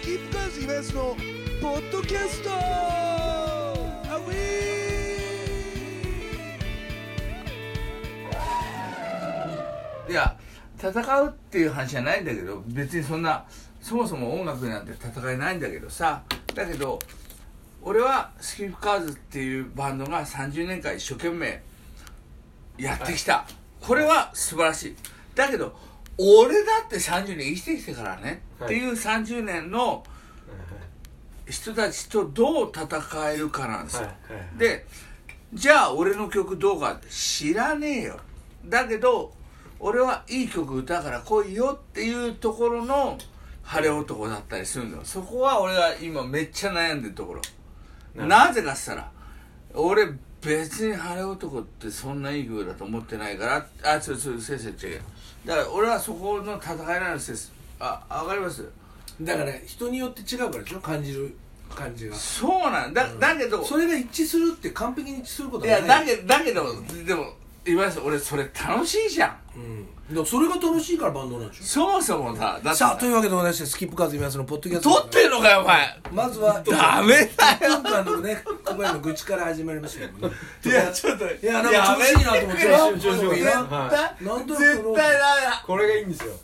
キープカーズイベントのポッドキャストアウいや戦うっていう話じゃないんだけど別にそんなそもそも音楽なんて戦えないんだけどさだけど俺はスキップカーズっていうバンドが30年間一生懸命やってきた、これは素晴らしいだけど俺だって30年生きてきてからね、はいっていう30年の人たちとどう戦えるかなんですよ、でじゃあ俺の曲どうか知らねえよだけど俺はいい曲歌うから来いよっていうところの晴れ男だったりするんだよそこは俺が今めっちゃ悩んでるところなぜかっつったら俺別に晴れ男ってそんないい曲だと思ってないからあそうそう先生違うだから俺はそこの戦いなんですあわかりますだから人によって違うからでしょ感じる感じがそうなんだだけど、それが一致するって完璧に一致することいはやなだいけだけどでも言います俺それ楽しいじゃんうんでもそれが楽しいからバンドなんでしょそもそもさ、だってさあさ、というわけでございましてスキップカーズイベントのポッドキャスト撮ってんのかよ、お前。まずはダメだよ。 1分間のね小林の愚痴から始まりましたけどもねいや、ちょっと、いいやなんか調子いいなと思ってやめてくれ調子いいな調子いいななんとなく絶対だこれがいいんですよ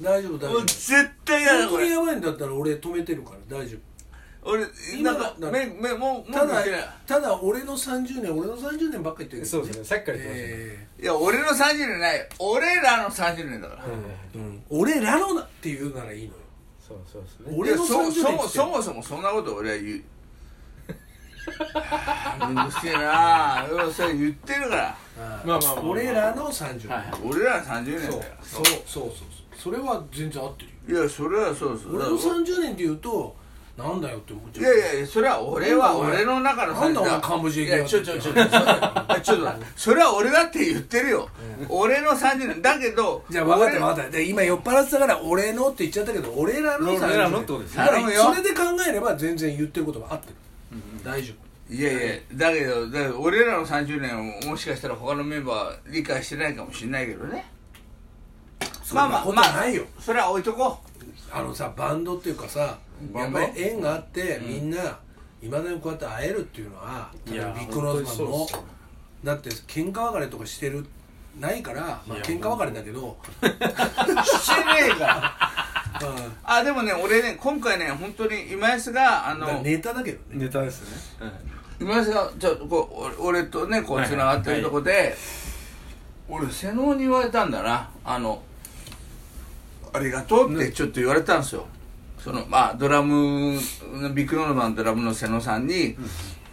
大丈夫め大だ。丈もう夫絶対やだ、こ本当にれ。やばいんだったら俺止めてるから大丈夫俺、なんか、め、め、もう、もう、ただいただ俺の30年俺の30年ばっかり言ってるけどそうですねさっきから言ってましたねえや、俺の30年ない。俺らの30年だから。ーうん俺らのなって言うならいいのよそうそうですね俺のいや30そ年ってそ言ってもそもそもそんなこと俺は 言うあーめんどくせえな俺はそれ言ってるから、あーまあまあまあまあ俺らの30年、俺らの30年だそかうらそうそうそうそうそれは全然合ってるよいやそれはそうそう俺だのから30年で言うとなんだよって思っちゃういやいやいやそれは俺は俺の中のなんだお前カンボジアい行きややがっちてょちょちょちょちょ ちょっと待ってそれは俺だって言ってるよ俺の30年だけどじゃあ分かった分かったで今酔っ払ってたから俺のって言っちゃったけど俺らの30年俺らのってことですだから頼むよそれで考えれば全然言ってることが合ってる、大丈夫いやいやだけどだけど俺らの30年をもしかしたら他のメンバー理解してないかもしれないけどねまあまあそんまなことあないよそれは置いとこ あのさバンドっていうかさバやっンドぱり縁があって、みんな今だにこうやって会えるっていうのは例えばビッグローズマン本の当にそうですよだって喧嘩別れとかしてるないから、まあ、いや喧嘩別れだけど、うしてねえからうんあでもね俺ね今回ね本当に今安があだからのネタだけどねネタですね今井さんちょっとこう俺俺とねこうはいつながってるとこで、俺瀬能に言われたんだなあの「ありがとう」ってちょっと言われたんですよ、そのまあドラムビッグロードマンのドラムの瀬能さんに、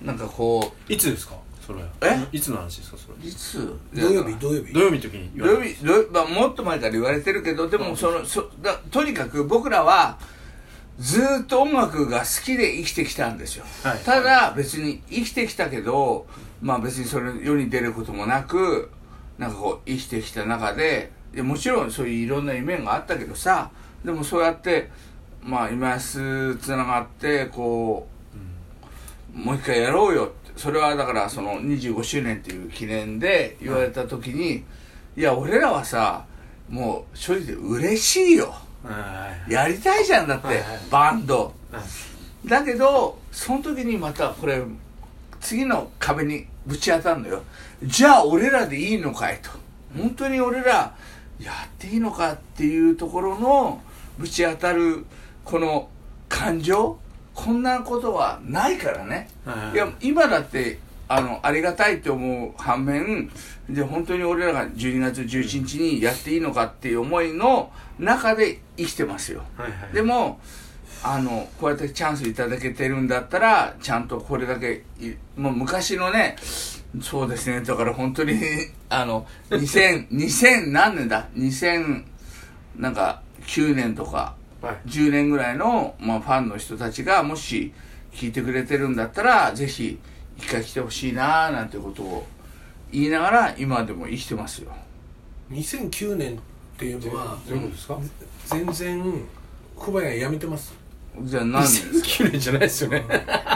なんかこいつですかそれえいつの話ですかそれういつ土曜日土曜日土曜日の時に土曜日土曜日まあ、もっと前から言われてるけどでもそのそだとにかく僕らはずーっと音楽が好きで生きてきたんですよ、はいただ別に生きてきたけどまあ別にそれ世に出ることもなくなんかこう生きてきた中ででもちろんそういういろんな夢があったけどさでもそうやってまあ今安つながってこうもう一回やろうよってそれはだからその25周年っていう記念で言われた時に、い、や俺らはさもう正直嬉しいよはいやりたいじゃんだって、はいはいバンドはいだけどその時にまたこれ次の壁にぶち当たるのよじゃあ俺らでいいのかいと本当に俺らやっていいのかっていうところのぶち当たるこの感情こんなことはないからね、はいはいいや今だってあのありがたいと思う反面で本当に俺らが12月11日にやっていいのかっていう思いの中で生きてますよ、はいはいでもあのこうやってチャンスいただけてるんだったらちゃんとこれだけいもう昔のねそうですねだから本当に あの2000 2000何年だ2000なんか9年とかはい10年ぐらいの、まあ、ファンの人たちがもし聞いてくれてるんだったらぜひ一回来てほしいなーなんてことを言いながら今でも生きてますよ2009年っていうのはどういうことですか全然小林辞めてますじゃあ何年 ですか2009年じゃないですよね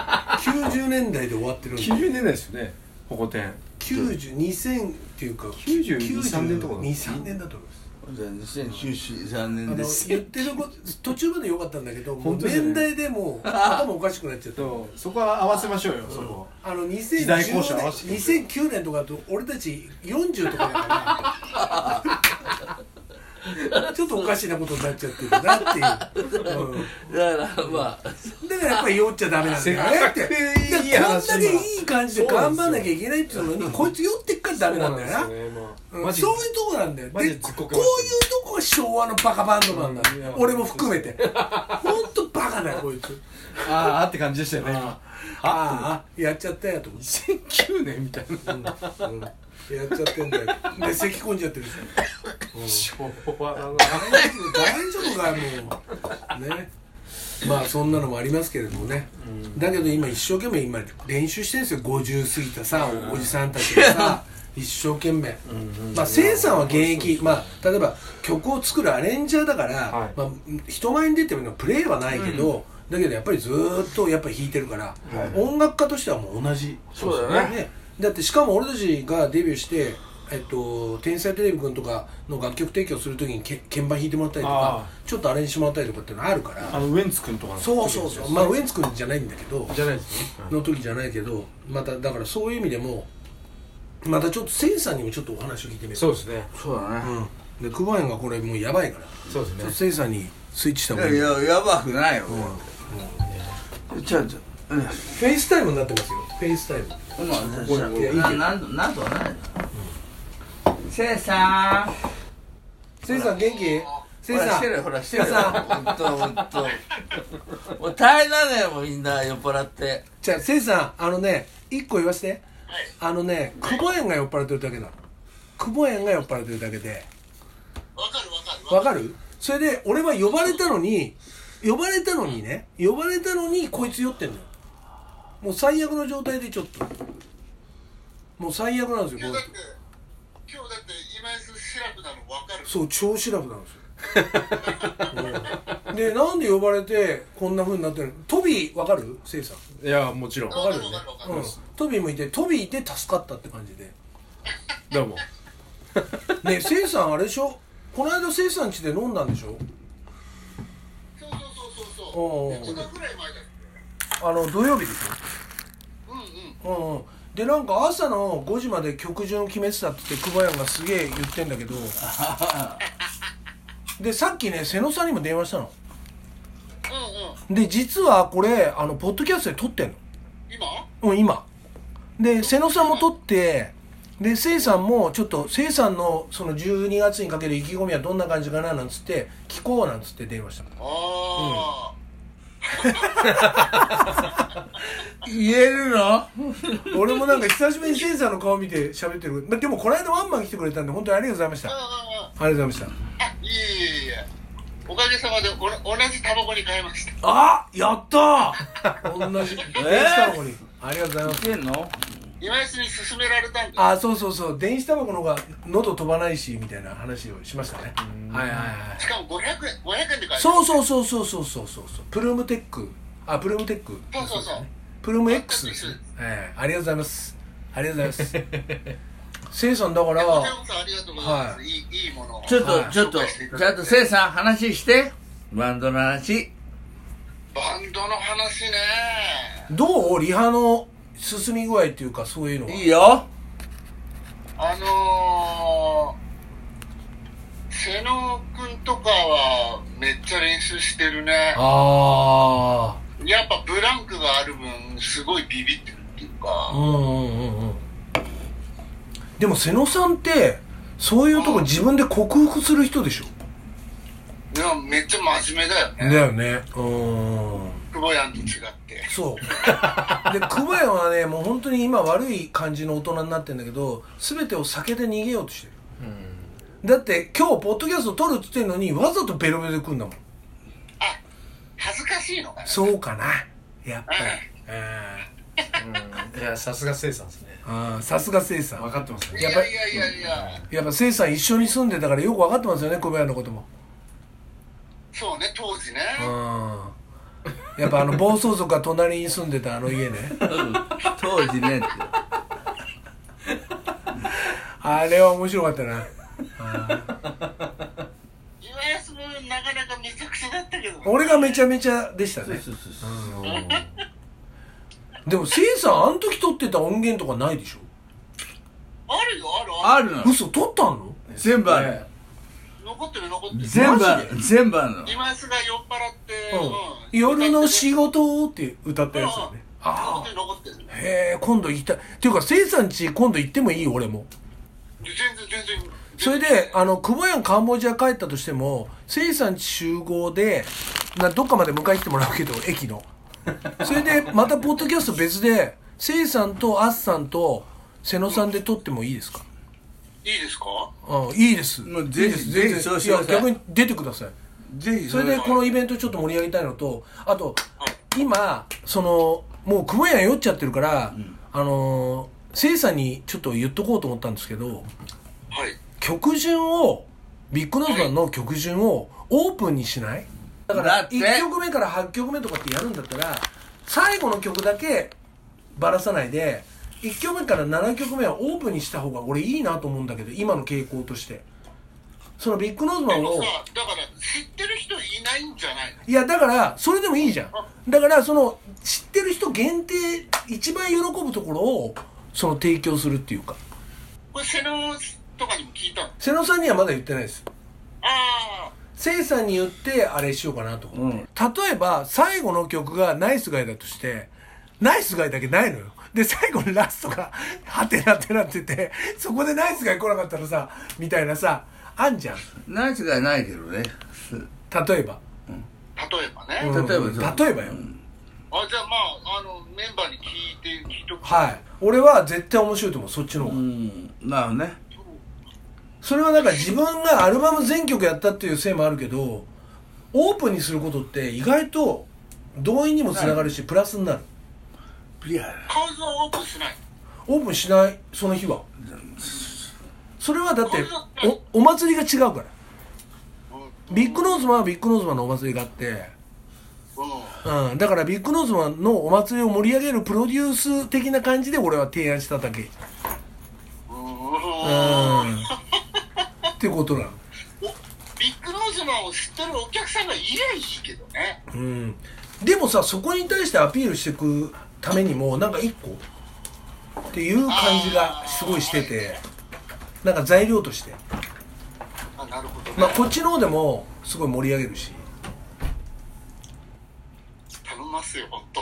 90年代で終わってるんで90年代ですよねホコ天90 2000っていうか92 3年とかだ23年だと思いますじゃあ2093あ年のです言ってること途中まで良かったんだけどもう本当ですね年代でも う頭おかしくなっちゃったそうそこは合わせましょうよそこあの時2010代年交渉合わせて2009年とかだと俺たち40とかだからち ょっとおかしなことになっちゃってるなっていう、だからまあうん、だからやっぱり酔っちゃダメなんだよねってせっかくいいだからこん話だけいい感じで頑張んなきゃいけないっていうのにこいつ酔ってっからダメなんだよなそうですよねもううんマジでそういうとこなんだよマでジでこずっここういうけとこが昭和のバカバンドマンなんだようん俺も含めて本当バカだよこいつああって感じでしたよねあああやっちゃったよと思って2009年みたいなうんやっちゃってん だよで咳込んじゃって るし昭和だな大丈夫大丈夫かもうねまあそんなのもありますけれどもね、だけど今一生懸命今練習してるんですよ50過ぎたさおおじさんたちがさ一生懸命、まあせいさんは現役、まあ、例えば曲を作るアレンジャーだから、はいまあ、人前に出てるのはプレイはないけど、だけどやっぱりずーっとやっぱ弾いてるから、音楽家としてはもう同じそうだよねね、だってしかも俺たちがデビューして「えっと、天才テレビくん」とかの楽曲提供するときにけ鍵盤弾いてもらったりとかあちょっとアレンジしてもらったりとかっていうのあるかあらのウエンツ君とかのそうそうそうまあウエンツくんじゃないんだけどじゃないですねの時じゃないけどまただからそういう意味でもまたちょっとセンさんにもちょっとお話を聞いてみるそうですねそうだね、うん、で久保園がこれもうやばいからそうですちょっねとセンさんにスイッチした方がいいいややばくないよ、じゃあじゃあうんフェイスタイムになってますよフェイスタイムまあ、ここにいやいいけどななんとなんとはないせいさんセンさん元気センほらさしんてるよほらしてるよせいさんほんとほんともう大変なのよもうみんな酔っ払ってじゃあせいさんあのね一個言わせて、あのね久保園が酔っ払ってるだけなの久保園が酔っ払ってるだけでわかるわかるわかるそれで俺は呼ばれたのに呼ばれたのにね呼ばれたのにこいつ酔ってんのよもう最悪の状態でちょっともう最悪なんです今よこの日だって人今日だって今津シラフなのわかるそう超シラフなんですようんでなんで呼ばれてこんなふうになってるのトビーわかるせいさんいやもちろんわかるよねわかるわうか、ん、トビーもいてトビーいて助かったって感じでどうもねせいさんあれでしょこの間せいさん家で飲んだんでしょそうそうそうそうおうおうそう1時間ぐらい前だよあの土曜日でしうんうんょうんうんでなんか朝の5時まで曲順決めてたって言って久保山がすげえ言ってんだけ どでさっきね瀬野さんにも電話したのうんうんで実はこれあのポッドキャストで撮ってんの今うん、今。で、瀬野さんも撮って、で、せいさんも、ちょっと、せいさんの、その12月にかける意気込みはどんな感じかな、なんつって、聞こう、なんつって電話 した。ああ言えるの俺もなんか久しぶりにせいさんの顔見て喋ってる。までも、この間ワンマン来てくれたんで、本当にありがとうございました。あうんうんうんりがとうございました。あいえいえいえおかげさまでお同じタバコに変えましたあやったー同じ。え電子タバコに。ありがとうございます。言えんの今津に勧められたんだあ、そうそうそう。電子タバコの方が喉飛ばないし、みたいな話をしましたね。はいはいはい。しかも500円500円で買えたそうそうそうそうそうそうそうそうプルームテックあプルームテックそうそうそうですねプルーム X ですねええありがとうございますありがとうございますせいさんだからごめんなさいありがとうございます、、はいいいいものをちょっはといちょっとちゃんとせいさん話してバンドの話バンドの話ねどうリハの進み具合っていうかそういうのはいいよあのー、瀬野君とかはめっちゃ練習してるねあやっぱブランクがある分すごいビビってるっていうあうか、んうんうんうんでも瀬野さんってそういうとこ自分で克服する人でしょいやめっちゃ真面目だよねだよねうん久保やんと違ってそう で久保屋はねもう本当に今悪い感じの大人になってんだけど全てを酒で逃げようとしてる、だって今日ポッドキャスト撮るっつってんのにわざとベロベロで来るんだもんあ恥ずかしいのかなそうかなやっぱりいやさすがせいさんですねうんうんさすがせいさ分んかってますねいややっぱいやりいやいややっぱせいさん一緒に住んでたからよく分かってますよね久保屋のこともそうね当時ねうんやっぱあの暴走族が隣に住んでたあの家ね当時 ねってあれは面白かったなあーけど俺がめちゃめちゃでしたそうねそうそうでもせいさんあの時撮ってた音源とかないでしょあるよあるああるるの嘘撮ったの全部あるの残ってる残ってる全部ある全部あるの今すが酔っ払って、うん夜の仕事をって歌ったやつだね残あってある残ってるでへえ今度行きたいっていうかせいさんち今度行ってもいい俺も全然全然それであの久保屋カンボジア帰ったとしてもせいさんち集合でなどっかまで迎え行ってもらうけど 駅のそれでまたポッドキャスト別でせいさんとあっさんと瀬野さんで撮ってもいいですかいいですかうんいいですもうぜひいいですぜひ全然そうしてくださいや逆に出てくださいぜひそれでこのイベントちょっと盛り上げたいのとあとはい今そのもう久保屋酔っちゃってるから、あのーせいさんにちょっと言っとこうと思ったんですけどはい曲順をビッグノーズさんの曲順をオープンにしないだかだらって1曲目から8曲目とかってやるんだったら最後の曲だけばらさないで1曲目から7曲目はオープンにした方が俺いいなと思うんだけど今の傾向としてそのビッグノーズマでンをもさだから知ってる人いないんじゃないのいやだからそれでもいいじゃんだからその知ってる人限定一番喜ぶところをその提供するっていうかこれ瀬能とかにも聞いたの瀬野さんにはまだ言ってないですああせいさんに言ってあれしようかなと思って、例えば最後の曲がナイスガイだとしてナイスガイだけないのよで最後のラストが 「はてなってなっててそこでナイスガイ来なかったらさみたいなさあんじゃんナイスがないけどねす例えば、例えばね、うん例えばそう例えばよ、あじゃあまああのメンバーに聞いて聞いとくはい俺は絶対面白いと思うそっちの方が、うんなるほどねそれはなんか自分がアルバム全曲やったっていうせいもあるけどオープンにすることって意外と動員にもつながるしプラスになるいやカウズはオープンしないオープンしないその日はそれはだってこれだおお祭りが違うからうんビッグノーズマンはビッグノーズマンのお祭りがあって、うんうん、だからビッグノーズマンのお祭りを盛り上げるプロデュース的な感じで俺は提案しただけうんうんってことなのビッグノーズマンを知ってるお客さんがいりゃいいけどねうんでもさそこに対してアピールしていくためにもなんか一個っていう感じがすごいしててなんか材料として、あなるほどね、まあ、こっちの方でもすごい盛り上げるし頼みますよ本当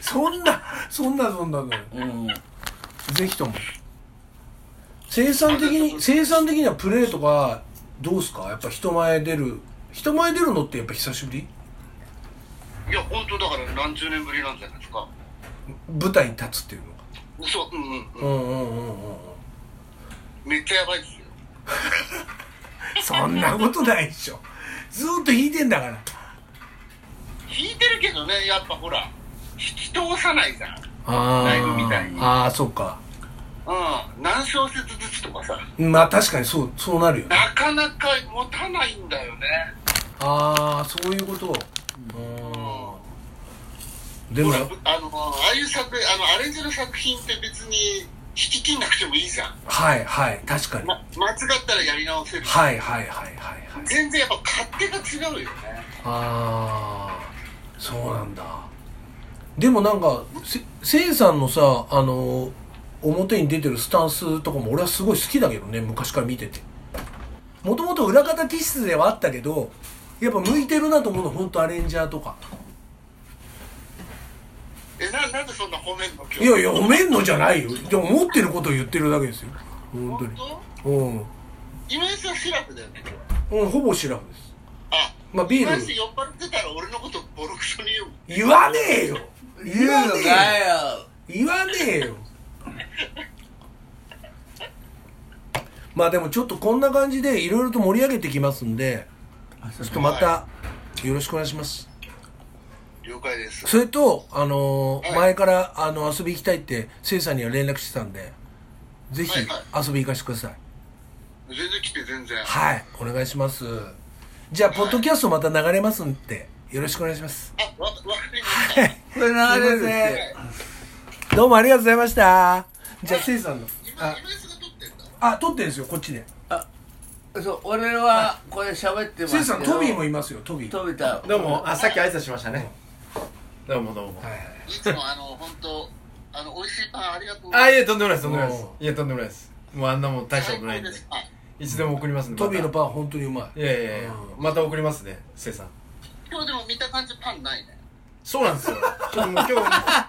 そんなそんなそんなそんなうんぜひとも生産的に生産的にはプレーとかどうすかやっぱ人前出る人前出るのってやっぱ久しぶりいや本当だから何十年ぶりなんじゃないですか舞台に立つっていうのが嘘うんうんうんうんうんうんうんうんめっちゃやばいですよそんなことないでしょずーっと弾いてんだから弾いてるけどねやっぱほら引き通さないじゃんあーライブみたいにああそうかうん何小節ずつとかさまあ確かにそうそうなるよねなかなか持たないんだよねああそういうことうんでもほらあのああいう作あのアレンジの作品って別に弾き切んなくてもいいじゃん、はいはい確かにま、間違ったらやり直せるしはいはいはいはいはい全然やっぱ勝手が違うよねああそうなんだでもなんかせせいさんのさあの表に出てるスタンスとかも俺はすごい好きだけどね昔から見ててもともと裏方気質ではあったけどやっぱ向いてるなと思うの本当アレンジャーとかえななんでそんな褒めんの今日いやいや褒めんのじゃないよでも思ってることを言ってるだけですよ本本当当にうん今井さんシラフだよね今日うんほぼシラフですあまあビ今ー井ルさん酔っ払ってたら俺のことボロクソに言うもん言わねえよ言う言わのねかえよよ言わねえよまあでもちょっとこんな感じでいろいろと盛り上げてきますんでちょっとまたよろしくお願いします了解ですそれとあのーはい前からあの遊び行きたいってせいさんには連絡してたんでぜひはいは遊び行かしてください全然来て全然あはいお願いしますじゃあポッドキャストまた流れますんでよろしくお願いしますわわかりまし たこれ流れるっすいませてどうもありがとうございましたじゃあせいさんの今あ今井さんが撮ってんだあ撮ってるんですよこっちであそう俺はこれ喋ってますけせいどさんトビーもいますよトビー飛びたどうもあさっき挨拶しましたねどうもどうもはいいつもあの、本当あの、美味しいパンありがとうござあいいえとんでもないですとんでもないですおいやとんでもないですもうあんなもん大ましす。たことないんでです。はいいつでも送りますんでトビーのまパン本当にうまたいいやいやいやうまた送りますねせいさん今日でも見た感じパンないね。そうなんですよちょっともう今日 あ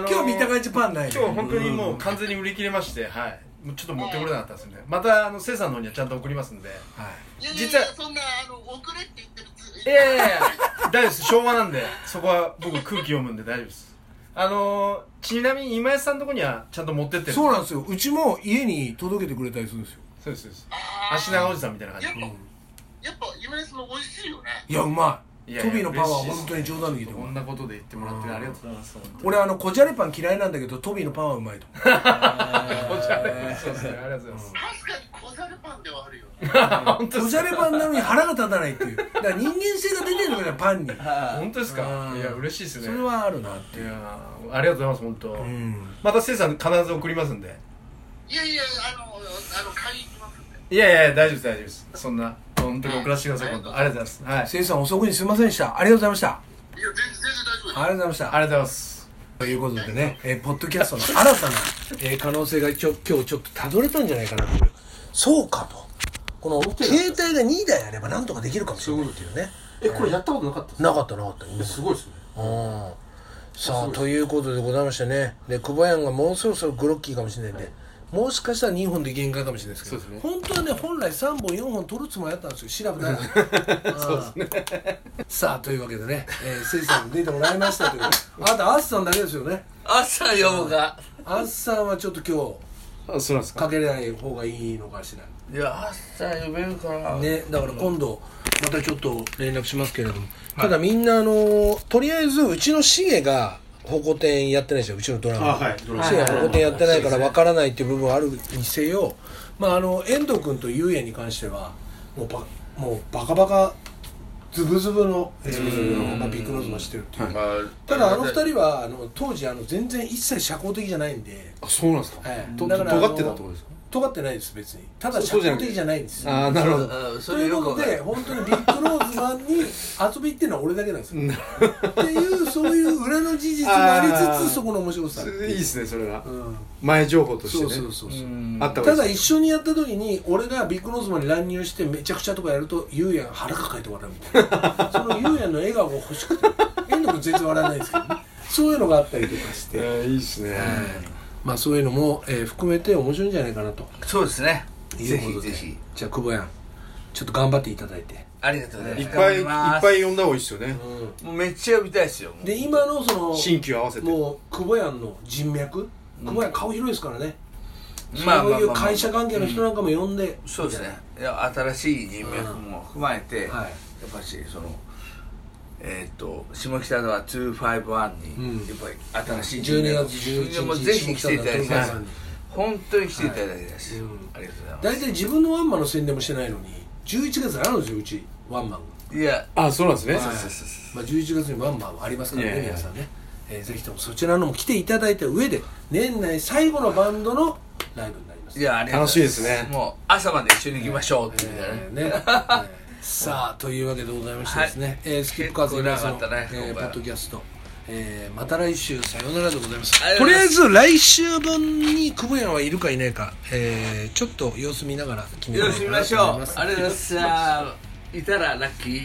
のー今日見た感じパンないね今日本当にもう完全に売り切れましてはいもうちょっと持ってこれなかったですねまたあのせいさんの方にはちゃんと送りますんではいいやいやい実やは、そんな、あの、遅れって言ってるついやいやいや大丈夫です昭和なんでそこは僕空気読むんで大丈夫ですあのー、ちなみに今井さんのとこにはちゃんと持ってってるそううなんですようちも家に届けてくれたりするんですよそうですそうですあー足長おじさんみたいな感じやっぱ、やっぱ、今井さんも美味しいよね。いやうまいいやいトやビーのパンは嬉しいです本当に冗談抜きでうこまんいなことで言ってもらってありがとうございます本当に俺あのこじゃれパン嫌いなんだけどトビーのパンはうまいと思うこじゃれそうですねありがとうございます確かに小猿パンではあるよね。本当こじですゃかれパンなのに腹が立たないっていうだから人間性が出てるのかなパンに本当ですかうんいや嬉しいですねそれはあるなっていいうやーありがとうございます本当、うんまたせいさん必ず送りますんでいやいや、あの、あの、買いに行きますんで。いやいや大丈夫です大丈夫ですそんな本当に送らせてくださいはい今度ありがとうございますはいせいさん遅くにすいませんでしたありがとうございましたいや、全然全然大丈夫でありす。がとうございましあたりがとうございますということでね、えーポッドキャストの新たな、えー可能性がちょ今日ちょっとたどれたんじゃないかなというそうかとこの携帯が2台あればなんとかできるかもしれないっていうねえこれやったことなかったっすなかったなかった今すごいですねうんさあということでございましてねで久保山がもうそろそろグロッキーかもしれないんで、もしかしたら2本で限界かもしれないですけどそうですね本当はね本来3本4本取るつもりだったんですよ調べたら そうですねさあというわけでね、えー、せいさんに出てもらいました というあなたアッさんだけですよね朝読むかアッさんはちょっと今あそうなんです日かけない方がいいのかしらいや朝読めるかなね、だから今度またちょっと連絡しますけれども、ただみんなあのーとりあえずうちのシゲが保護店やってないんですようちのドラマあはいドラマシゲが保護店やってないからわからないっていう部分はあるにせよ、まあ、あの遠藤君と優也に関してはもうばもうバカバカズブズブのズブズブの、まあ、ビッグノーズもしてるっていう、ただあの二人はあの当時あの全然一切社交的じゃないんであそうなんですかはいとだからあの尖ってたってことですか尖ってないです別にただ社そうじゃ交なくて的じゃないんですよああなるほどうんそとれいうよくこわとかでる本当にビッグローズマンに遊び行ってるのは俺だけなんですよっていうそういう裏の事実もありつつそこの面白さ、いいですねそれがうん、前情報としてそうねそうそうそうあったたわけだで一緒にやった時に俺がビッグローズマンに乱入してめちゃくちゃとかやるとゆうやが腹抱えて笑うみたい なそのゆうやの笑顔が欲しくて遠藤君全然笑わないですけどねそういうのがあったりとかしすて、ねいいですねまあそういうのも、えー含めて面白いんじゃないかなとそうですねいぜうこひとぜでひじゃあ久保やんちょっと頑張っていただいて、ありがとうございいますっぱいいっ頑ぱ張りい呼んだ方がいいですよねますもうめっちゃ読みたいですよもうで今のその新旧合わせてもう久保屋の人脈久保屋顔広いですからね、まあそうまあまあいうまあ会社関係の人なんかも呼んで、そうですねいや新しい人脈も踏まえて、はいやっぱしそのえっ、と下北沢251うんにやっぱり新しい12脈月11日もうぜひ来ていただきたい下北沢251本当に来ていただきたいです、うんありがとうございます大体自分のワンマンの宣伝もしてないのに11月にあるんですようちワンマンが、いやあそうなんですねはいまあ、11月にワンマンはありますからいねやいや皆さんね、えーぜひともそちらのも来ていただいた上で年内最後のバンドのライブになりますいやありがとうご楽ざいましいですねもう朝まで一緒に行きましょうっていうね、えーねえー さあというわけでございましてですね、はいえースキップカーズ皆さんの、結構長かったねえー今ポ回はッドキャスト、えーまた来週さようならでございますありがととうごりざあいえますず来週分に久保屋はいるかいないか、えーちょっと様子見ながら決めよたろいしとく見思いまましすょうありがとうございますいたらラッキー